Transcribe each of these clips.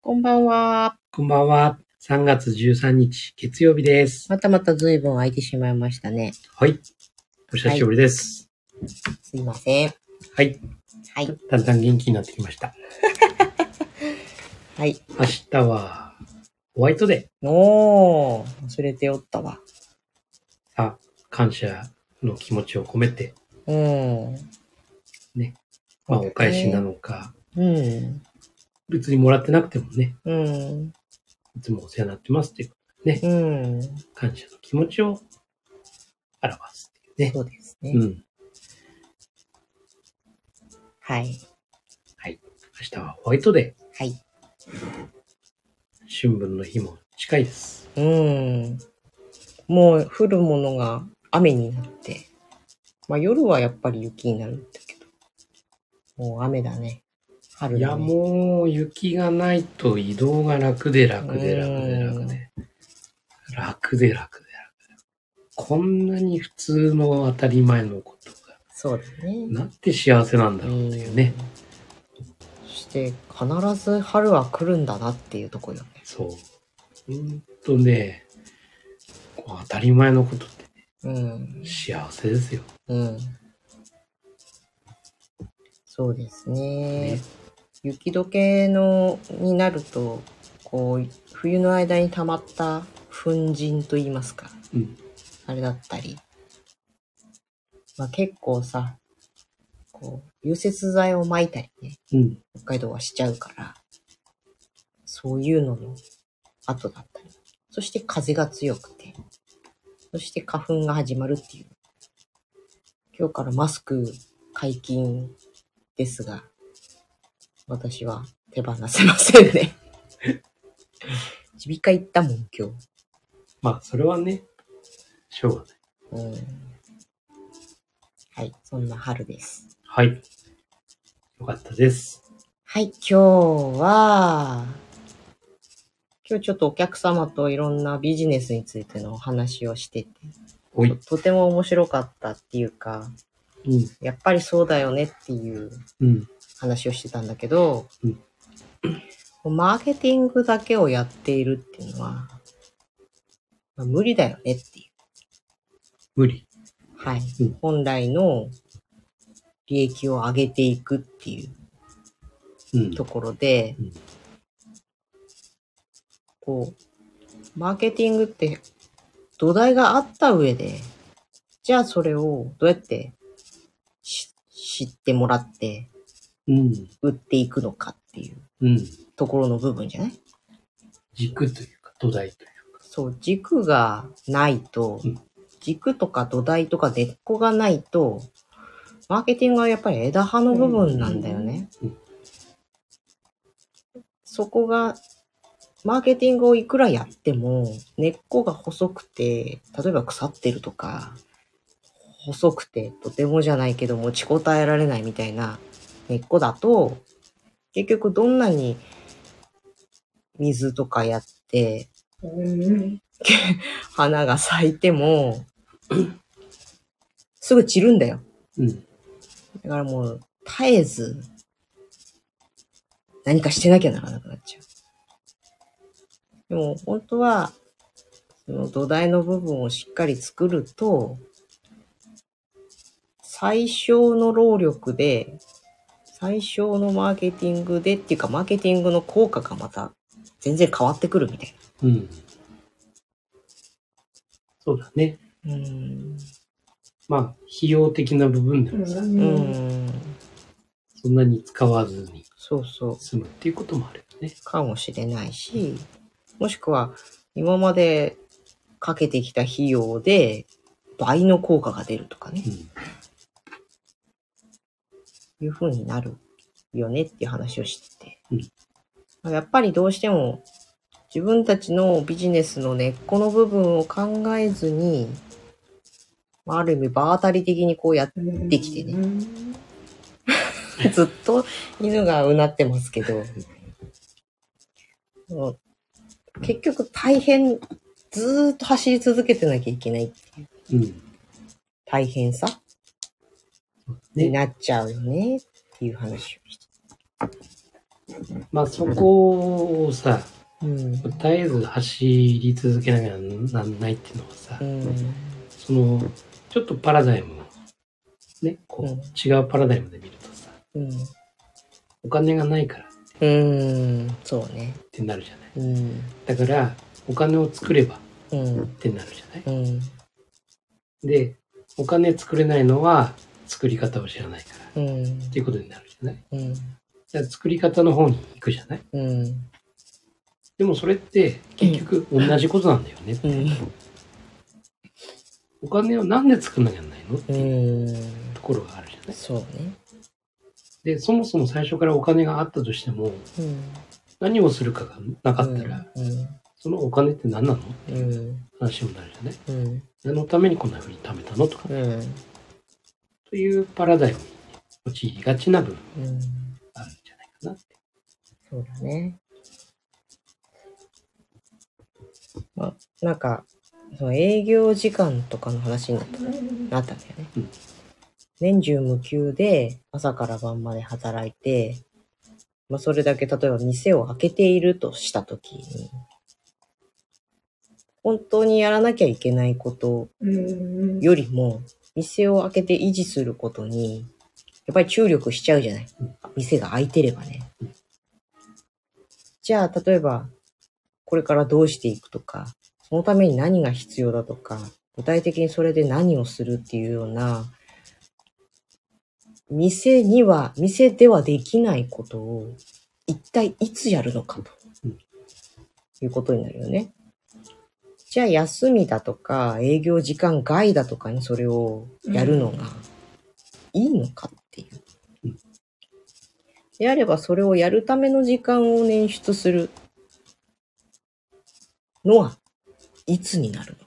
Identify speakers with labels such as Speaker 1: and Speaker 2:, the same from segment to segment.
Speaker 1: こんばんは。
Speaker 2: こんばんは。3月13日、月曜日です。
Speaker 1: またまた随分空いてしまいましたね。
Speaker 2: はい。お久しぶりです。
Speaker 1: すいません。
Speaker 2: はい。
Speaker 1: はい。
Speaker 2: だんだん元気になってきました。
Speaker 1: はい。
Speaker 2: 明日は、ホワイトデ
Speaker 1: おー、忘れておったわ。
Speaker 2: ー。さあ、感謝の気持ちを込めて、
Speaker 1: うん。
Speaker 2: まあ、
Speaker 1: そうだね
Speaker 2: お返しなのか、
Speaker 1: うん。
Speaker 2: 別にもらってなくてもね、
Speaker 1: うん。
Speaker 2: いつもお世話になってますっていう、
Speaker 1: うん。
Speaker 2: 感謝の気持ちを表すっていうね。
Speaker 1: そうですね。
Speaker 2: うん。
Speaker 1: はい。
Speaker 2: 明日はホワイトデー。
Speaker 1: はい。
Speaker 2: 春分の日も近いです。
Speaker 1: うん。もう降るものが雨になって。まあ夜はやっぱり雪になるんだけど。もう雨だね。春
Speaker 2: いや、
Speaker 1: だね。
Speaker 2: もう雪がないと移動が楽で楽で楽で楽で。楽で楽で楽で。こんなに普通の当たり前のことが、
Speaker 1: そうだね。
Speaker 2: なんて幸せなんだろうっていうね。
Speaker 1: うん。そして必ず春は来るんだなっていうところよね。
Speaker 2: そう。ほんとね、こう当たり前のことって
Speaker 1: うん。
Speaker 2: 幸せですよ。
Speaker 1: うん。そうですね。
Speaker 2: ね
Speaker 1: 雪解けのになると、こう、冬の間に溜まった粉塵といいますか、
Speaker 2: うん。
Speaker 1: あれだったり。まあ結構さ、こう、融雪剤を撒いたりね、
Speaker 2: うん。
Speaker 1: 北海道はしちゃうから、そういうのの後だったり、そして風が強くて、そして花粉が始まるっていう。今日からマスク解禁ですが、私は手放せませんね。 耳鼻科行ったもん、今日。
Speaker 2: まあ、それはね、しょうがない。
Speaker 1: うん。はい、そんな春です。
Speaker 2: はい。よかったです。
Speaker 1: はい、今日は、今日ちょっとお客様といろんなビジネスについてのお話をしてて、
Speaker 2: おい。
Speaker 1: とても面白かったっていうか、
Speaker 2: うん。
Speaker 1: やっぱりそうだよねっていう
Speaker 2: うん。
Speaker 1: 話をしてたんだけど、
Speaker 2: うん
Speaker 1: もうマーケティングだけをやっているっていうのは、まあ無理だよねってい
Speaker 2: 無理。
Speaker 1: う。はい、
Speaker 2: うん
Speaker 1: 本来の利益を上げていくっていう
Speaker 2: うん。
Speaker 1: ところで、
Speaker 2: うん
Speaker 1: こう、マーケティングって土台があった上で、じゃあそれをどうやってし知ってもらって
Speaker 2: うん。
Speaker 1: 売っていくのかっていう
Speaker 2: うん。
Speaker 1: ところの部分じゃない
Speaker 2: 軸というか、土台というか。
Speaker 1: そう、軸がないと
Speaker 2: うん、
Speaker 1: 軸とか土台とか根っこがないと、マーケティングはやっぱり枝葉の部分なんだよね
Speaker 2: うんうん。
Speaker 1: そこが、マーケティングをいくらやっても、根っこが細くて、例えば腐ってるとか、細くてとてもじゃないけど持ちこたえられないみたいな根っこだと、結局どんなに水とかやって、花が咲いても、すぐ散るんだよ。
Speaker 2: うん。
Speaker 1: だからもう、絶えず、何かしてなきゃならなくなっちゃう。でも、本当は、その土台の部分をしっかり作ると、最小の労力で、最小のマーケティングでっていうか、マーケティングの効果がまた全然変わってくるみたいな。
Speaker 2: うん。そうだね。
Speaker 1: うん。
Speaker 2: まあ、費用的な部分でもさ、
Speaker 1: うん。
Speaker 2: そんなに使わずに
Speaker 1: そうそう。
Speaker 2: 済むっていうこともあるよね。
Speaker 1: かもしれないし、もしくは今までかけてきた費用で倍の効果が出るとかね、いう風になるよねっていう話をしてて。やっぱりどうしても自分たちのビジネスの根っこの部分を考えずに、まあある意味場当たり的にこうやってきてね、ずっと犬がうなってますけど、もう結局大変、ずーっと走り続けてなきゃいけないっていう
Speaker 2: うん。うん。
Speaker 1: 大変さ
Speaker 2: ね
Speaker 1: になっちゃうよねっていう話をして。
Speaker 2: まあそこをさ、
Speaker 1: うん。
Speaker 2: 絶えず走り続けなきゃなんないっていうのはさ、
Speaker 1: うん。
Speaker 2: その、ちょっとパラダイムを、ね、こ
Speaker 1: うん
Speaker 2: う、違うパラダイムで見るとさ、
Speaker 1: うん。
Speaker 2: お金がないからっ
Speaker 1: うん。そうね。
Speaker 2: てなるじゃない。
Speaker 1: うん。
Speaker 2: だから、お金を作ればっ
Speaker 1: うん。
Speaker 2: てなるじゃない。
Speaker 1: うん。
Speaker 2: で、お金作れないのは、作り方を知らないからっ
Speaker 1: うん。
Speaker 2: ていうことになるじゃない。
Speaker 1: うん。
Speaker 2: じゃあ作り方の方に行くじゃない。
Speaker 1: うん。
Speaker 2: でもそれって、結局同じことなんだよね。
Speaker 1: うん。
Speaker 2: お金をなんで作んなきゃいけないのっていう
Speaker 1: うん。
Speaker 2: ところがあるじゃない。
Speaker 1: そうね。
Speaker 2: で、そもそも最初からお金があったとしても、
Speaker 1: うん。
Speaker 2: 何をするかがなかったら、
Speaker 1: うん。
Speaker 2: そのお金って何なの
Speaker 1: うん。
Speaker 2: 話になるじゃない。
Speaker 1: うん。
Speaker 2: 何のためにこんな風に貯めたのとか、
Speaker 1: うん。
Speaker 2: というパラダイムに陥りがちな部分
Speaker 1: うん。
Speaker 2: があるんじゃないかなって。
Speaker 1: そうだね。ま、なんか、その営業時間とかの話になった,、なったんだよね。
Speaker 2: うん
Speaker 1: 年中無休で朝から晩まで働いて、まあ、それだけ例えば店を開けているとしたときに、本当にやらなきゃいけないことよりも、店を開けて維持することに、やっぱり注力しちゃうじゃない。店が開いてればね。じゃあ、例えば、これからどうしていくとか、そのために何が必要だとか、具体的にそれで何をするっていうような、店には、店ではできないことを、一体いつやるのかと
Speaker 2: うん、
Speaker 1: いうことになるよね。じゃあ、休みだとか、営業時間外だとかにそれをやるのが、いいのかっていう。であればそれをやるための時間を捻出するのはいつになる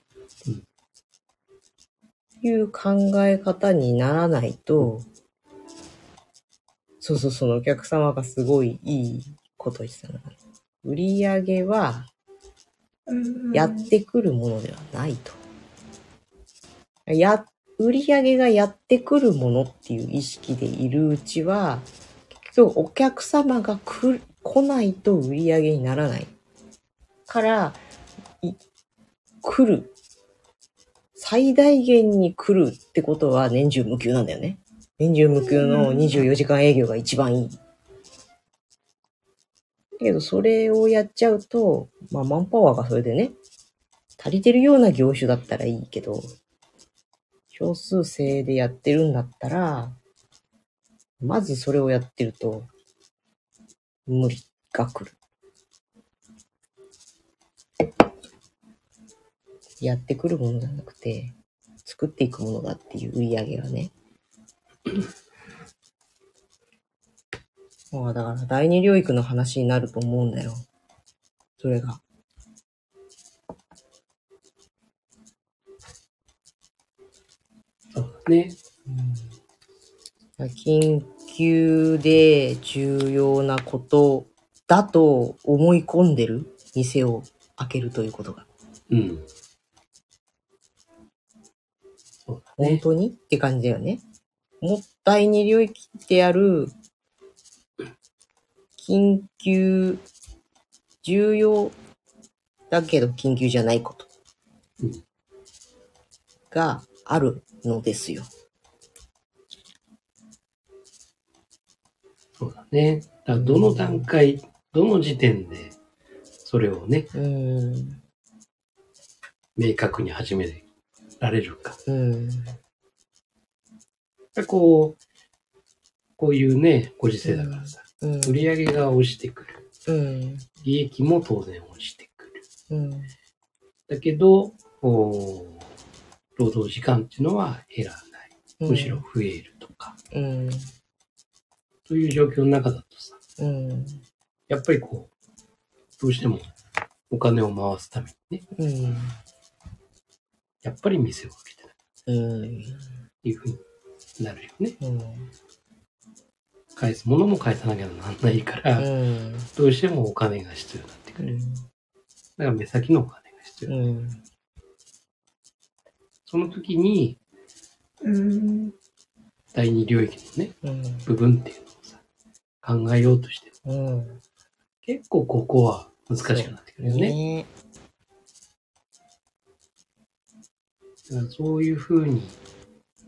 Speaker 1: の、
Speaker 2: うん
Speaker 1: いう考え方にならないと、そうそう、そのお客様がすごいいいこと言ってたのが、売り上げはやってくるものではないと。や、売り上げがやってくるものっていう意識でいるうちは、結局お客様が来る来ないと売り上げにならない。から、い来る。最大限に来るってことは年中無休なんだよね。年中無休の24時間営業が一番いい。だけど、それをやっちゃうと、まあ、マンパワーがそれでね、足りてるような業種だったらいいけど、少数制でやってるんだったら、まずそれをやってると、無理が来る。やってくるものじゃなくて、作っていくものだっていう売り上げがね。まあだから第二領域の話になると思うんだよ。それが。
Speaker 2: そうだね。
Speaker 1: 緊急で重要なことだと思い込んでる店を開けるということが。
Speaker 2: うん。そうだ
Speaker 1: 本
Speaker 2: ね。
Speaker 1: 当に、って感じだよね。もったいに領域ってやる、緊急、重要だけど緊急じゃないこと
Speaker 2: うん
Speaker 1: があるのですよ。
Speaker 2: そうだね。だからどの段階、どの時点で、それをね、
Speaker 1: うん。
Speaker 2: 明確に始められるか。
Speaker 1: うん。
Speaker 2: こう、こういうね、ご時世だからさ、
Speaker 1: うん。
Speaker 2: 売り上げが落ちてくる。
Speaker 1: うん。
Speaker 2: 利益も当然落ちてくる。
Speaker 1: うん。
Speaker 2: だけど、おー労働時間っていうのは減らない。むしろ増えるとか、
Speaker 1: うん。
Speaker 2: という状況の中だとさ、
Speaker 1: うん。
Speaker 2: やっぱりこう、どうしてもお金を回すためにね、
Speaker 1: うん。
Speaker 2: やっぱり店を開けてないっ
Speaker 1: うん。
Speaker 2: ていうふうになるよね。
Speaker 1: うん。
Speaker 2: 返すものも返さなきゃなんないから、
Speaker 1: うん。
Speaker 2: どうしてもお金が必要になってくる。だから目先のお金が必要。
Speaker 1: うん。
Speaker 2: その時に、第二領域のね、
Speaker 1: うん。
Speaker 2: 部分っていうのをさ、考えようとしても、
Speaker 1: うん。
Speaker 2: 結構ここは難しくなってくるよね。
Speaker 1: ね。
Speaker 2: だからそういう風に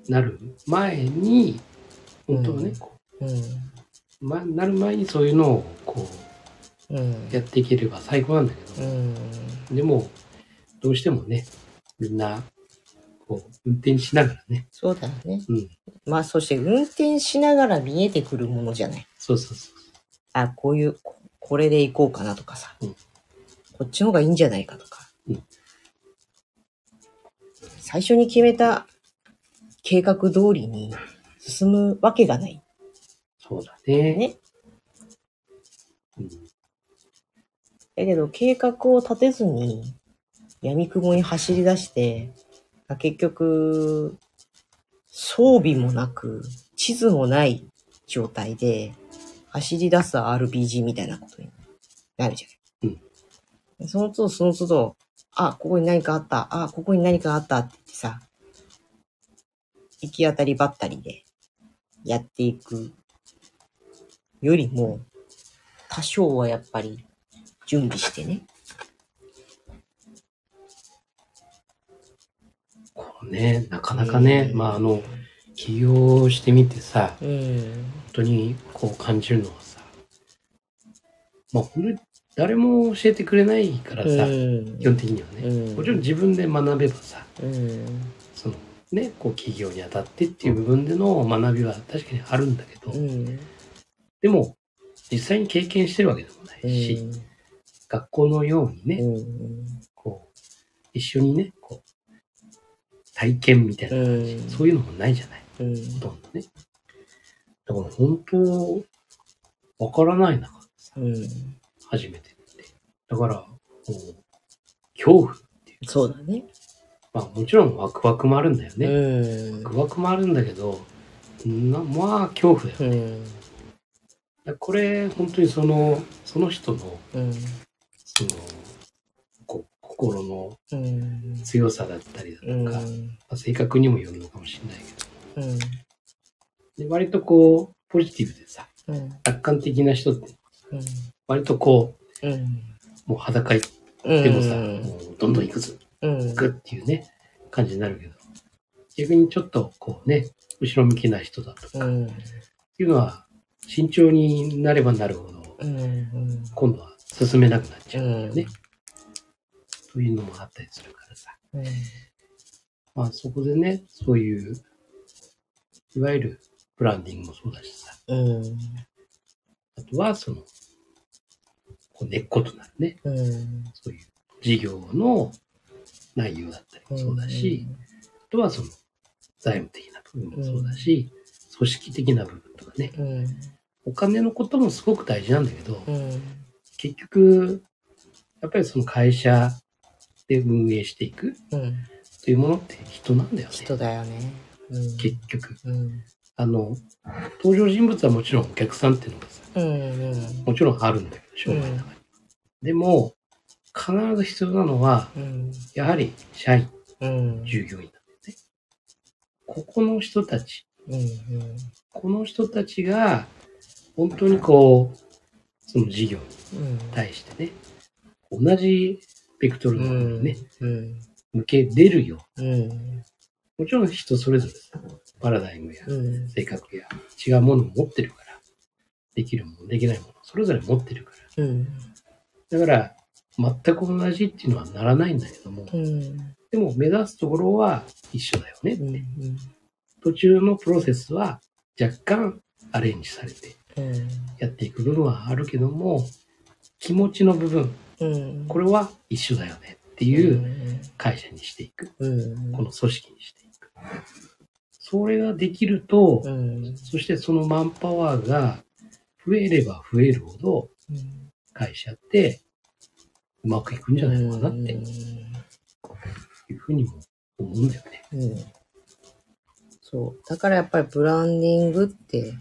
Speaker 2: なる前に、本当はね、
Speaker 1: うん
Speaker 2: こ
Speaker 1: うん。
Speaker 2: うま、なる前にそういうのをこ
Speaker 1: うん
Speaker 2: うや。っていければ最高なんだけ
Speaker 1: う
Speaker 2: ど、
Speaker 1: ん。
Speaker 2: でも、どうしてもね、みんな、こう、運転しながらね、
Speaker 1: そうだよね。
Speaker 2: うん、
Speaker 1: まあ、そして運転しながら見えてくるものじゃない。
Speaker 2: そうそうそ
Speaker 1: あ、こういう、ここれで行こうかなとかさ。
Speaker 2: うん
Speaker 1: こっちの方がいいんじゃないかとか。
Speaker 2: うん
Speaker 1: 最初に決めた計画通りに進むわけがない。
Speaker 2: う。そうだね。
Speaker 1: ね
Speaker 2: うん、
Speaker 1: だけど、計画を立てずに、闇雲に走り出して、あ結局、装備もなく、地図もない状態で、走り出す RPG みたいなことになるじゃない。うん。その都度その都度、あ、ここに何かあった、あ、ここに何かあったって言ってさ、行き当たりばったりでやっていくよりも、多少はやっぱり準備してね。
Speaker 2: こうね、なかなかね、
Speaker 1: うん
Speaker 2: まあ、あの、起業してみてさ、
Speaker 1: うん。
Speaker 2: 本当にこう感じるのはさ、まあ、本当に誰も教えてくれないからさ、
Speaker 1: うん
Speaker 2: 基本的にはね、
Speaker 1: うん
Speaker 2: もちろん自分で学べばさ、
Speaker 1: うん。
Speaker 2: そのね、こう企業にあたってっていう部分での学びは確かにあるんだけど、
Speaker 1: うん。
Speaker 2: でも、実際に経験してるわけでもないし、学校のようにね、
Speaker 1: うん。
Speaker 2: こう、一緒にね、こう、体験みたいな、
Speaker 1: うん。
Speaker 2: そういうのもないじゃない。
Speaker 1: うん。
Speaker 2: ほとんどね。だから本当、わからない中でさ、
Speaker 1: うん。
Speaker 2: 初めてって。だから、もう、恐怖。
Speaker 1: そうだね。
Speaker 2: まあもちろんワクワクもあるんだよね。
Speaker 1: うん
Speaker 2: ワ。クワクもあるんだけど、なまあ恐怖だよ。
Speaker 1: うん。
Speaker 2: だこれ、本当にその、その人の、
Speaker 1: うん。
Speaker 2: その、こう心の
Speaker 1: うん。
Speaker 2: 強さだったりだとか、
Speaker 1: うん。
Speaker 2: まあ性格にもよるのかもしれな
Speaker 1: う
Speaker 2: いけ
Speaker 1: ん。
Speaker 2: ど、で割とこう、ポジティブでさ、
Speaker 1: うん。
Speaker 2: 楽観的な人って、
Speaker 1: うん。
Speaker 2: 割とこう、
Speaker 1: うん。
Speaker 2: もう裸一
Speaker 1: うん。
Speaker 2: でもさ、もうどんどん行くぞ、
Speaker 1: うん
Speaker 2: 行。くっていうね、感じになるけど、逆にちょっとこうね、後ろ向きな人だとか、
Speaker 1: う
Speaker 2: っ
Speaker 1: ん。
Speaker 2: ていうのは、慎重になればなるほど、
Speaker 1: うん。
Speaker 2: 今度は進めなくなっちゃうんだよね。というのもあったりするからさ。まあそこでね、そういう、いわゆるブランディングもそうだしさ、
Speaker 1: うん。
Speaker 2: あとはその、こう根っことなるね、
Speaker 1: うん。
Speaker 2: そういう事業の内容だったりもそうだし、あとはその財務的な部分もそうだし、組織的な部分とかね、
Speaker 1: うん。
Speaker 2: お金のこともすごく大事なんだけど、
Speaker 1: うん。
Speaker 2: 結局、やっぱりその会社で運営していく
Speaker 1: うん。
Speaker 2: というものって人なんだよね。
Speaker 1: 人だよね。うん。
Speaker 2: 結局。
Speaker 1: うん。
Speaker 2: あの、登場人物はもちろんお客さんっていうのがさ、
Speaker 1: うん。
Speaker 2: もちろんあるんだけど、商売の中に。でも、必ず必要なのは、
Speaker 1: うん。
Speaker 2: やはり社員、
Speaker 1: うん。
Speaker 2: 従業員なんだよね。ここの人たち
Speaker 1: うん。
Speaker 2: この人たちが本当にこう、その事業に
Speaker 1: うん。
Speaker 2: 対してね、同じベクトルのね、
Speaker 1: うん。
Speaker 2: 向け出るよ
Speaker 1: うん。
Speaker 2: う。もちろん人それぞれさパラダイムや
Speaker 1: うん。
Speaker 2: 性格や違うものを持ってるから、できるもの、できないもの、それぞれ持ってるか
Speaker 1: うん。
Speaker 2: ら。だから、全く同じっていうのはならないんだけども、
Speaker 1: うん。
Speaker 2: でも目指すところは一緒だよね。
Speaker 1: うん。
Speaker 2: 途中のプロセスは若干アレンジされてやっていく部分はあるけども気持ちの部分
Speaker 1: うん。
Speaker 2: こ
Speaker 1: れ
Speaker 2: れは一緒だよねっていう会社にしていく
Speaker 1: うん。
Speaker 2: この組織にしていくそれができると
Speaker 1: うん。
Speaker 2: そしてそのマンパワーが増えれば増えるほど
Speaker 1: うん。
Speaker 2: 会社ってうまくいくんじゃないのかなっていうふうにも思うんだよね。
Speaker 1: うん。そう。だからやっぱりブランディングって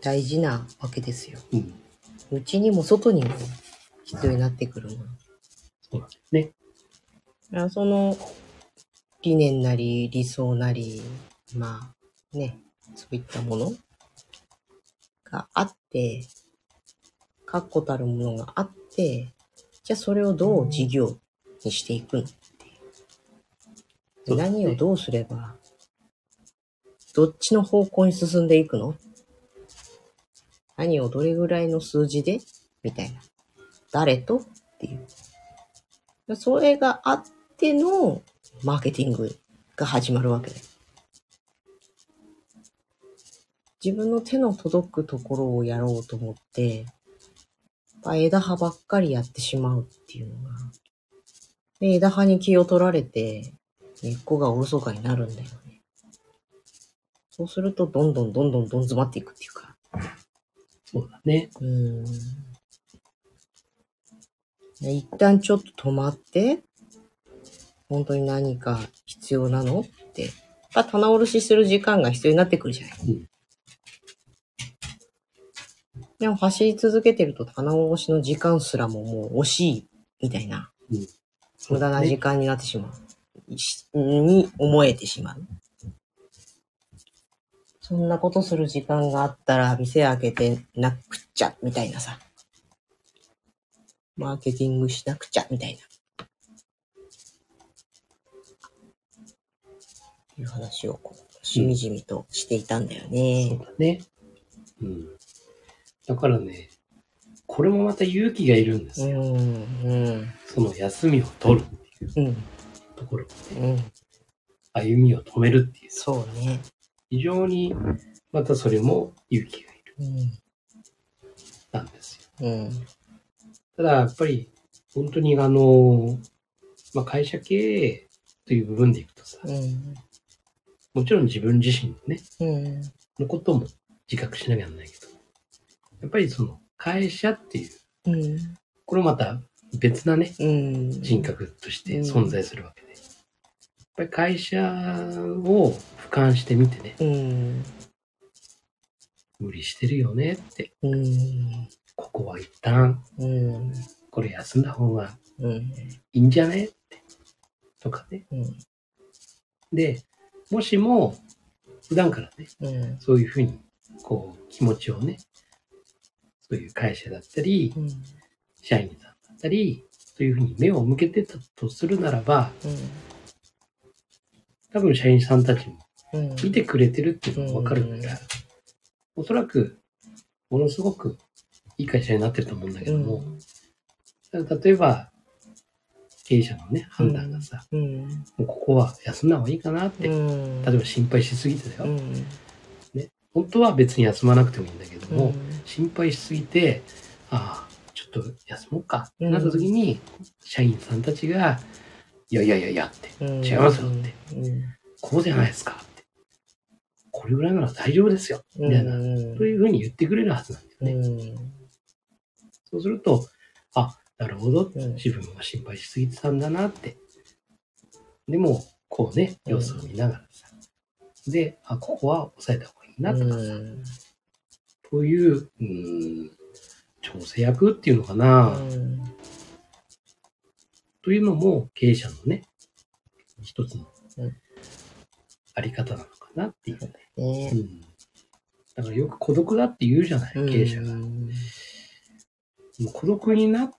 Speaker 1: 大事なわけですよ。
Speaker 2: うん、
Speaker 1: うちにも外にも必要になってくるもの。
Speaker 2: そうなんだよね。
Speaker 1: だからその理念なり理想なり、まあね、そういったものがあって、確固たるものがあって、じゃあそれをどう事業にしていくのっていう。
Speaker 2: そうですね
Speaker 1: 何をどうすれば、どっちの方向に進んでいくの何をどれぐらいの数字でみたいな。誰とっていう。それがあってのマーケティングが始まるわけで。自分の手の届くところをやろうと思って、やっぱ枝葉ばっかりやってしまうっていうのが、で枝葉に気を取られて、根っこがおろそかになるんだよね。そうすると、どんどんどんどんどん詰まっていくっていうか。
Speaker 2: そうだね。
Speaker 1: うん。で一旦ちょっと止まって、本当に何か必要なのって、やっぱ棚卸しする時間が必要になってくるじゃない。
Speaker 2: うん
Speaker 1: でも走り続けてると棚卸しの時間すらももう惜しいみたいな。無駄な時間になってしまう。しに思えてしまう。そんなことする時間があったら店開けてなくちゃ、みたいなさ。マーケティングしなくちゃ、みたいな。いう話をこう、しみじみとしていたんだよ
Speaker 2: そう
Speaker 1: ね。
Speaker 2: だね。うん。だからね、これもまた勇気がいるんです
Speaker 1: う
Speaker 2: よ。
Speaker 1: ん、うん、
Speaker 2: その休みを取るっていう
Speaker 1: うん、
Speaker 2: ところ、
Speaker 1: うん。
Speaker 2: 歩みを止めるっていう、
Speaker 1: そうね。
Speaker 2: 非常にまたそれも勇気がいる
Speaker 1: うん、
Speaker 2: なんですよ。
Speaker 1: うん、
Speaker 2: ただやっぱり本当にあの、まあ、会社経営という部分でいくとさ、
Speaker 1: うん、
Speaker 2: もちろん自分自身のね、
Speaker 1: うん、
Speaker 2: のことも自覚しなきゃならないけど、やっぱりその会社っていう、
Speaker 1: うん、
Speaker 2: これまた別なね、
Speaker 1: うん。
Speaker 2: 人格として存在するわけで、やっぱり会社を俯瞰してみてね
Speaker 1: うん。
Speaker 2: 無理してるよねって
Speaker 1: うん。
Speaker 2: ここは一旦
Speaker 1: うん。
Speaker 2: これ休んだ方が
Speaker 1: うん。
Speaker 2: いいんじゃねってとかね
Speaker 1: うん。
Speaker 2: でもしも普段からね
Speaker 1: うん。
Speaker 2: そういうふうにこう気持ちをねそういう会社だったり
Speaker 1: うん。
Speaker 2: 社員さんだったりというふうに目を向けてたとするならば多分社員さんたちも
Speaker 1: うん。
Speaker 2: 見てくれてるっていうのがわかるから、おそらく、ものすごくいい会社になってると思うんだけども、例えば、経営者のね、判断がさ、
Speaker 1: うん。
Speaker 2: もうここは休んだ方がいいかなって、
Speaker 1: うん。
Speaker 2: 例えば心配しすぎてだ
Speaker 1: う
Speaker 2: よ、
Speaker 1: ん。
Speaker 2: 本当は別に休まなくてもいいんだけど
Speaker 1: う
Speaker 2: も、
Speaker 1: ん。
Speaker 2: 心配しすぎて、ああ、ちょっと休もうかってなった時に、社員さんたちが、いやいやいやいやって、
Speaker 1: うん。
Speaker 2: 違いますよって、
Speaker 1: うん。
Speaker 2: こうじゃないですかって、これぐらいなら大丈夫ですよ、みたいな
Speaker 1: うん。
Speaker 2: というふうに言ってくれるはずなんだよ
Speaker 1: う
Speaker 2: ね。
Speaker 1: ん。
Speaker 2: そうすると、あ、なるほど、
Speaker 1: うん
Speaker 2: 自分は心配しすぎてたんだなって。でも、こうね、
Speaker 1: うん
Speaker 2: 様子を見ながらさ。で、あ、ここは抑えた方がいいなとかさ、
Speaker 1: うん。
Speaker 2: という、うーん、調整役っていうのかな、というのも経営者のね、一つの
Speaker 1: うん
Speaker 2: あり方なのかなっていうね。
Speaker 1: ね
Speaker 2: う。んだからよく孤独だって言うじゃない、経営者が。もう孤独にな、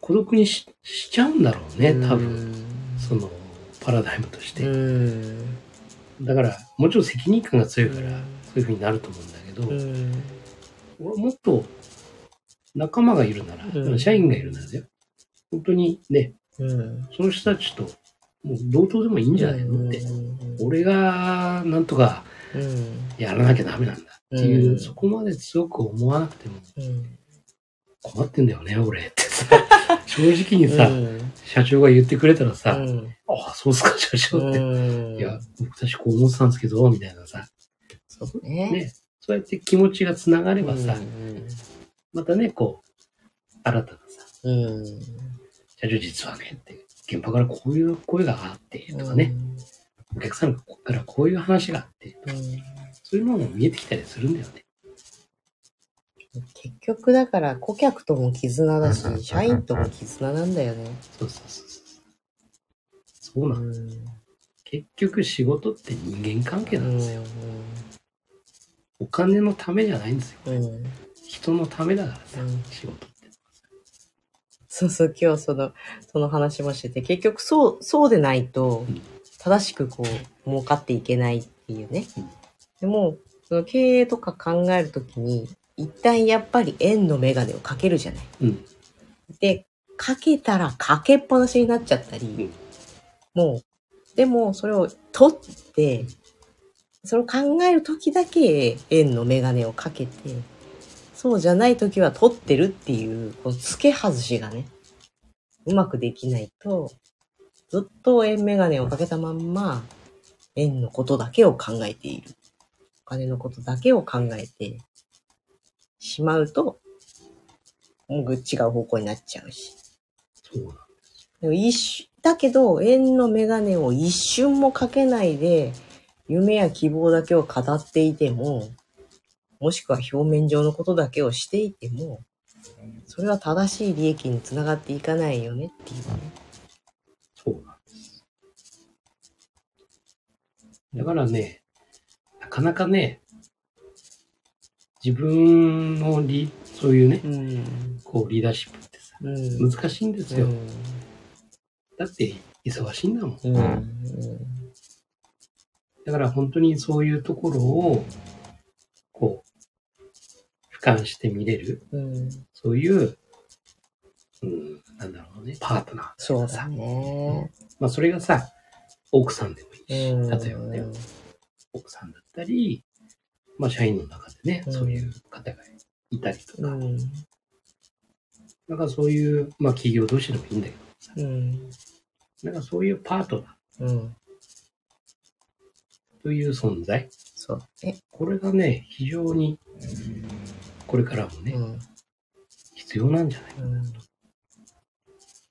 Speaker 2: 孤独にししちゃうんだろうね、多分。。そのパラダイムとして、
Speaker 1: うん。
Speaker 2: だからもちろん責任感が強いから、
Speaker 1: うん
Speaker 2: そういうふうになると思うんだけど、
Speaker 1: うん。
Speaker 2: 俺もっと仲間がいるなら、
Speaker 1: うん
Speaker 2: 社員がいるならだよ本当にね
Speaker 1: うん。
Speaker 2: その人たちともう同等でもいいんじゃないのって、
Speaker 1: う
Speaker 2: 俺がなんとか
Speaker 1: ん。
Speaker 2: やらなきゃダメなんだっていう、
Speaker 1: うん
Speaker 2: そこまで強く思わなくても
Speaker 1: うん。
Speaker 2: 困ってんだよね俺って さ正直にさ、社長が言ってくれたらさ、あ
Speaker 1: うん。
Speaker 2: あそうっすか社長って、
Speaker 1: うん。
Speaker 2: いや、僕たちこう思ってたんですけどみたいなさ
Speaker 1: そうね。
Speaker 2: ね、そうやって気持ちがつながればさ、
Speaker 1: うん
Speaker 2: またね、こう、新たなさ、
Speaker 1: うん。
Speaker 2: 社長実はね、って、現場からこういう声があって、とかね、お客さんからこういう話があって、
Speaker 1: うん。うん
Speaker 2: そういうのも見えてきたりするんだよね。
Speaker 1: 結局だから顧客とも絆だし、社員とも絆なんだよね。
Speaker 2: そうそうそうそう。そう
Speaker 1: う
Speaker 2: なの。
Speaker 1: ん。
Speaker 2: 結局仕事って人間関係
Speaker 1: う
Speaker 2: なんですよ。
Speaker 1: ん。
Speaker 2: お金のためじゃないんですよ。
Speaker 1: うん。
Speaker 2: 人のためだからさ、
Speaker 1: うん
Speaker 2: 仕事って。
Speaker 1: そうそう、今日その、その話もしてて、結局そう、そうでないと
Speaker 2: うん、
Speaker 1: 正しくこう、儲かっていけないっていうね
Speaker 2: うん。
Speaker 1: でも、その経営とか考えるときに、一旦やっぱり円のメガネをかけるじゃない。
Speaker 2: うん。
Speaker 1: で、かけたらかけっぱなしになっちゃったり、
Speaker 2: うん
Speaker 1: もう、でもそれを取って、それを考える時だけ円のメガネをかけて、そうじゃない時は取ってるっていう、この付け外しがね、うまくできないと、ずっと円メガネをかけたまんま、円のことだけを考えている。お金のことだけを考えてしまうと、もう違う方向になっちゃうし。
Speaker 2: そうなん
Speaker 1: でも一瞬だけど、縁のメガネを一瞬もかけないで、夢や希望だけを語っていても、もしくは表面上のことだけをしていても、それは正しい利益につながっていかないよねっていうね。
Speaker 2: そうなんです。だからね、なかなかね、自分のリ、そういうね、
Speaker 1: うん。
Speaker 2: こう、リーダーシップってさ、
Speaker 1: うん。
Speaker 2: 難しいんですよ。だって、忙しいんだもん。
Speaker 1: うん。
Speaker 2: だから本当にそういうところを、こう、俯瞰して見れる、
Speaker 1: うん。
Speaker 2: そういう、うん、なんだろうね、パートナー。
Speaker 1: そうだね。
Speaker 2: まあ、それがさ、奥さんでもいいし、
Speaker 1: うん。
Speaker 2: 例えばね、奥さんだったり、まあ、社員の中でね、
Speaker 1: うん
Speaker 2: そういう方がいたりと
Speaker 1: う
Speaker 2: か、
Speaker 1: ん。
Speaker 2: なんかそういう、まあ、企業同士でもいいんだけどさ、
Speaker 1: うん。
Speaker 2: なんかそういうパートナ
Speaker 1: うん。
Speaker 2: ーという存在、
Speaker 1: そう。え、
Speaker 2: これがね、非常に、これからもね、
Speaker 1: うん。
Speaker 2: 必要なんじゃないか
Speaker 1: うん。
Speaker 2: と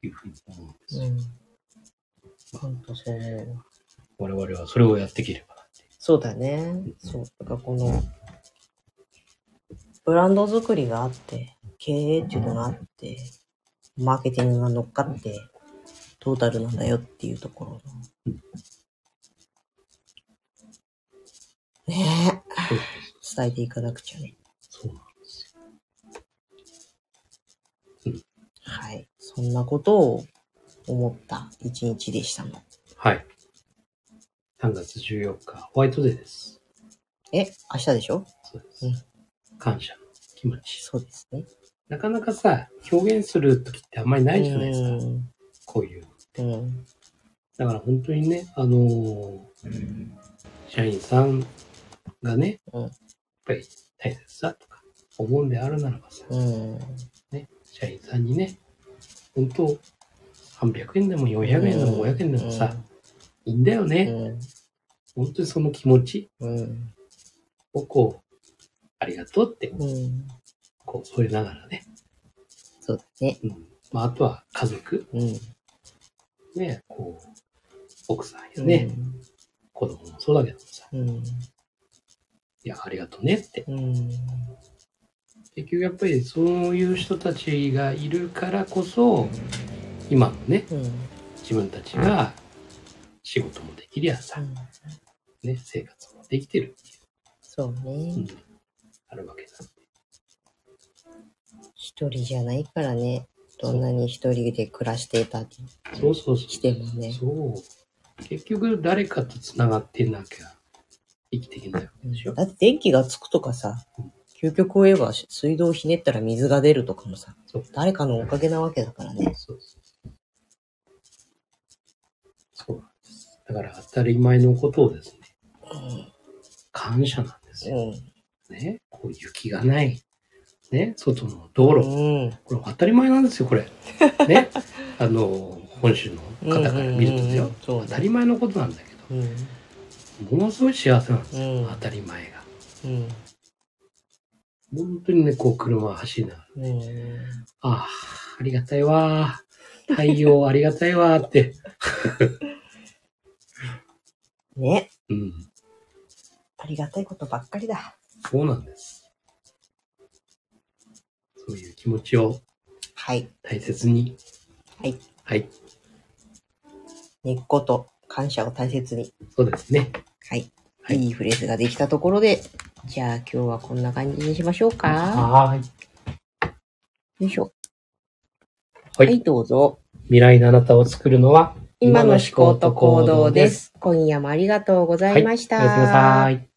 Speaker 2: いうふうに思うんですよ。
Speaker 1: うん。本当そう思うわ。
Speaker 2: 我々はそれをやっていければなって。
Speaker 1: そうだね。そう。だからこの、ブランド作りがあって、経営っていうのがあって、マーケティングが乗っかって、トータルなんだよっていうところの。ねえ、伝えていかなくちゃね。
Speaker 2: そうなんです
Speaker 1: はい。そんなことを思った一日でしたの。
Speaker 2: よ。はい。3月14日、ホワイトデーです。
Speaker 1: え、明日でしょ
Speaker 2: そうです。感謝の気持ち。
Speaker 1: そうですね。
Speaker 2: なかなかさ、表現する時ってあんまりないじゃないですか。
Speaker 1: うん
Speaker 2: こういう。
Speaker 1: うん。
Speaker 2: だから本当にね、あのー社員さんがね、
Speaker 1: うん
Speaker 2: やっぱり大切だとか思うんであるならばさ、
Speaker 1: うん。
Speaker 2: ね、社員さんにね、本当300円でも400円でも500円でもさ、いいんだよ
Speaker 1: う
Speaker 2: ね。
Speaker 1: ん。
Speaker 2: 本当にその気持ち
Speaker 1: うん。
Speaker 2: をこう、ありがとうって、
Speaker 1: うん。
Speaker 2: こう、添えながらね。
Speaker 1: そうだね。
Speaker 2: うん。まあ、あとは家族、
Speaker 1: うん。
Speaker 2: ね、こう、奥さんやね、子供もそうだけどさ、
Speaker 1: うん。
Speaker 2: いや、ありがとうねって。
Speaker 1: うん。
Speaker 2: 結局やっぱりそういう人たちがいるからこそ今のね
Speaker 1: うん。
Speaker 2: 自分たちが仕事もできりゃさ、ね、生活もできてるっ
Speaker 1: そう
Speaker 2: ていう、
Speaker 1: ね。
Speaker 2: あるわけなんで
Speaker 1: 一人じゃないからね。どんなに一人で暮らしていたり
Speaker 2: そうそうそう
Speaker 1: してもね。
Speaker 2: そう結局誰かとつながってなきゃ生きていけないわけでしょ、
Speaker 1: だって電気がつくとかさ、究極を言えば水道をひねったら水が出るとかもさ
Speaker 2: そう、
Speaker 1: 誰かのおかげなわけだからね。
Speaker 2: そうそうそうなんですだから当たり前のことをですね感謝なんですよ、ねこう雪がないね外の道
Speaker 1: う
Speaker 2: 路、
Speaker 1: ん。うん。
Speaker 2: これ当たり前なんですよ、これ。 ね。あの、本州の方から見るとで
Speaker 1: うんう
Speaker 2: す
Speaker 1: んう
Speaker 2: よ
Speaker 1: ん。そう
Speaker 2: 当
Speaker 1: ね
Speaker 2: たり前のことなんだけ
Speaker 1: うん。
Speaker 2: ど、ものすごい幸せなんですよ、
Speaker 1: うん
Speaker 2: 当たり前が。
Speaker 1: うん。
Speaker 2: 本当にね、こう車を走りながら、
Speaker 1: うん。
Speaker 2: ああ、ありがたいわー。太陽ありがたいわーって。
Speaker 1: ね。
Speaker 2: うん。
Speaker 1: ありがたいことばっかりだ。
Speaker 2: そうなんです。そういう気持ちを
Speaker 1: はい。
Speaker 2: 大切に。
Speaker 1: はい。
Speaker 2: はい。
Speaker 1: 根っこと感謝を大切に。
Speaker 2: そうですね。
Speaker 1: はい。
Speaker 2: はい
Speaker 1: いいフレーズができたところで、じゃあ今日はこんな感じにしましょうか。
Speaker 2: はーい。
Speaker 1: よいしょ。
Speaker 2: は
Speaker 1: はいい、どうぞ。
Speaker 2: 未来のあなたを作るのは
Speaker 1: 今の思考と行動です。今夜もありがとうございました。
Speaker 2: はい、おやすみなさい。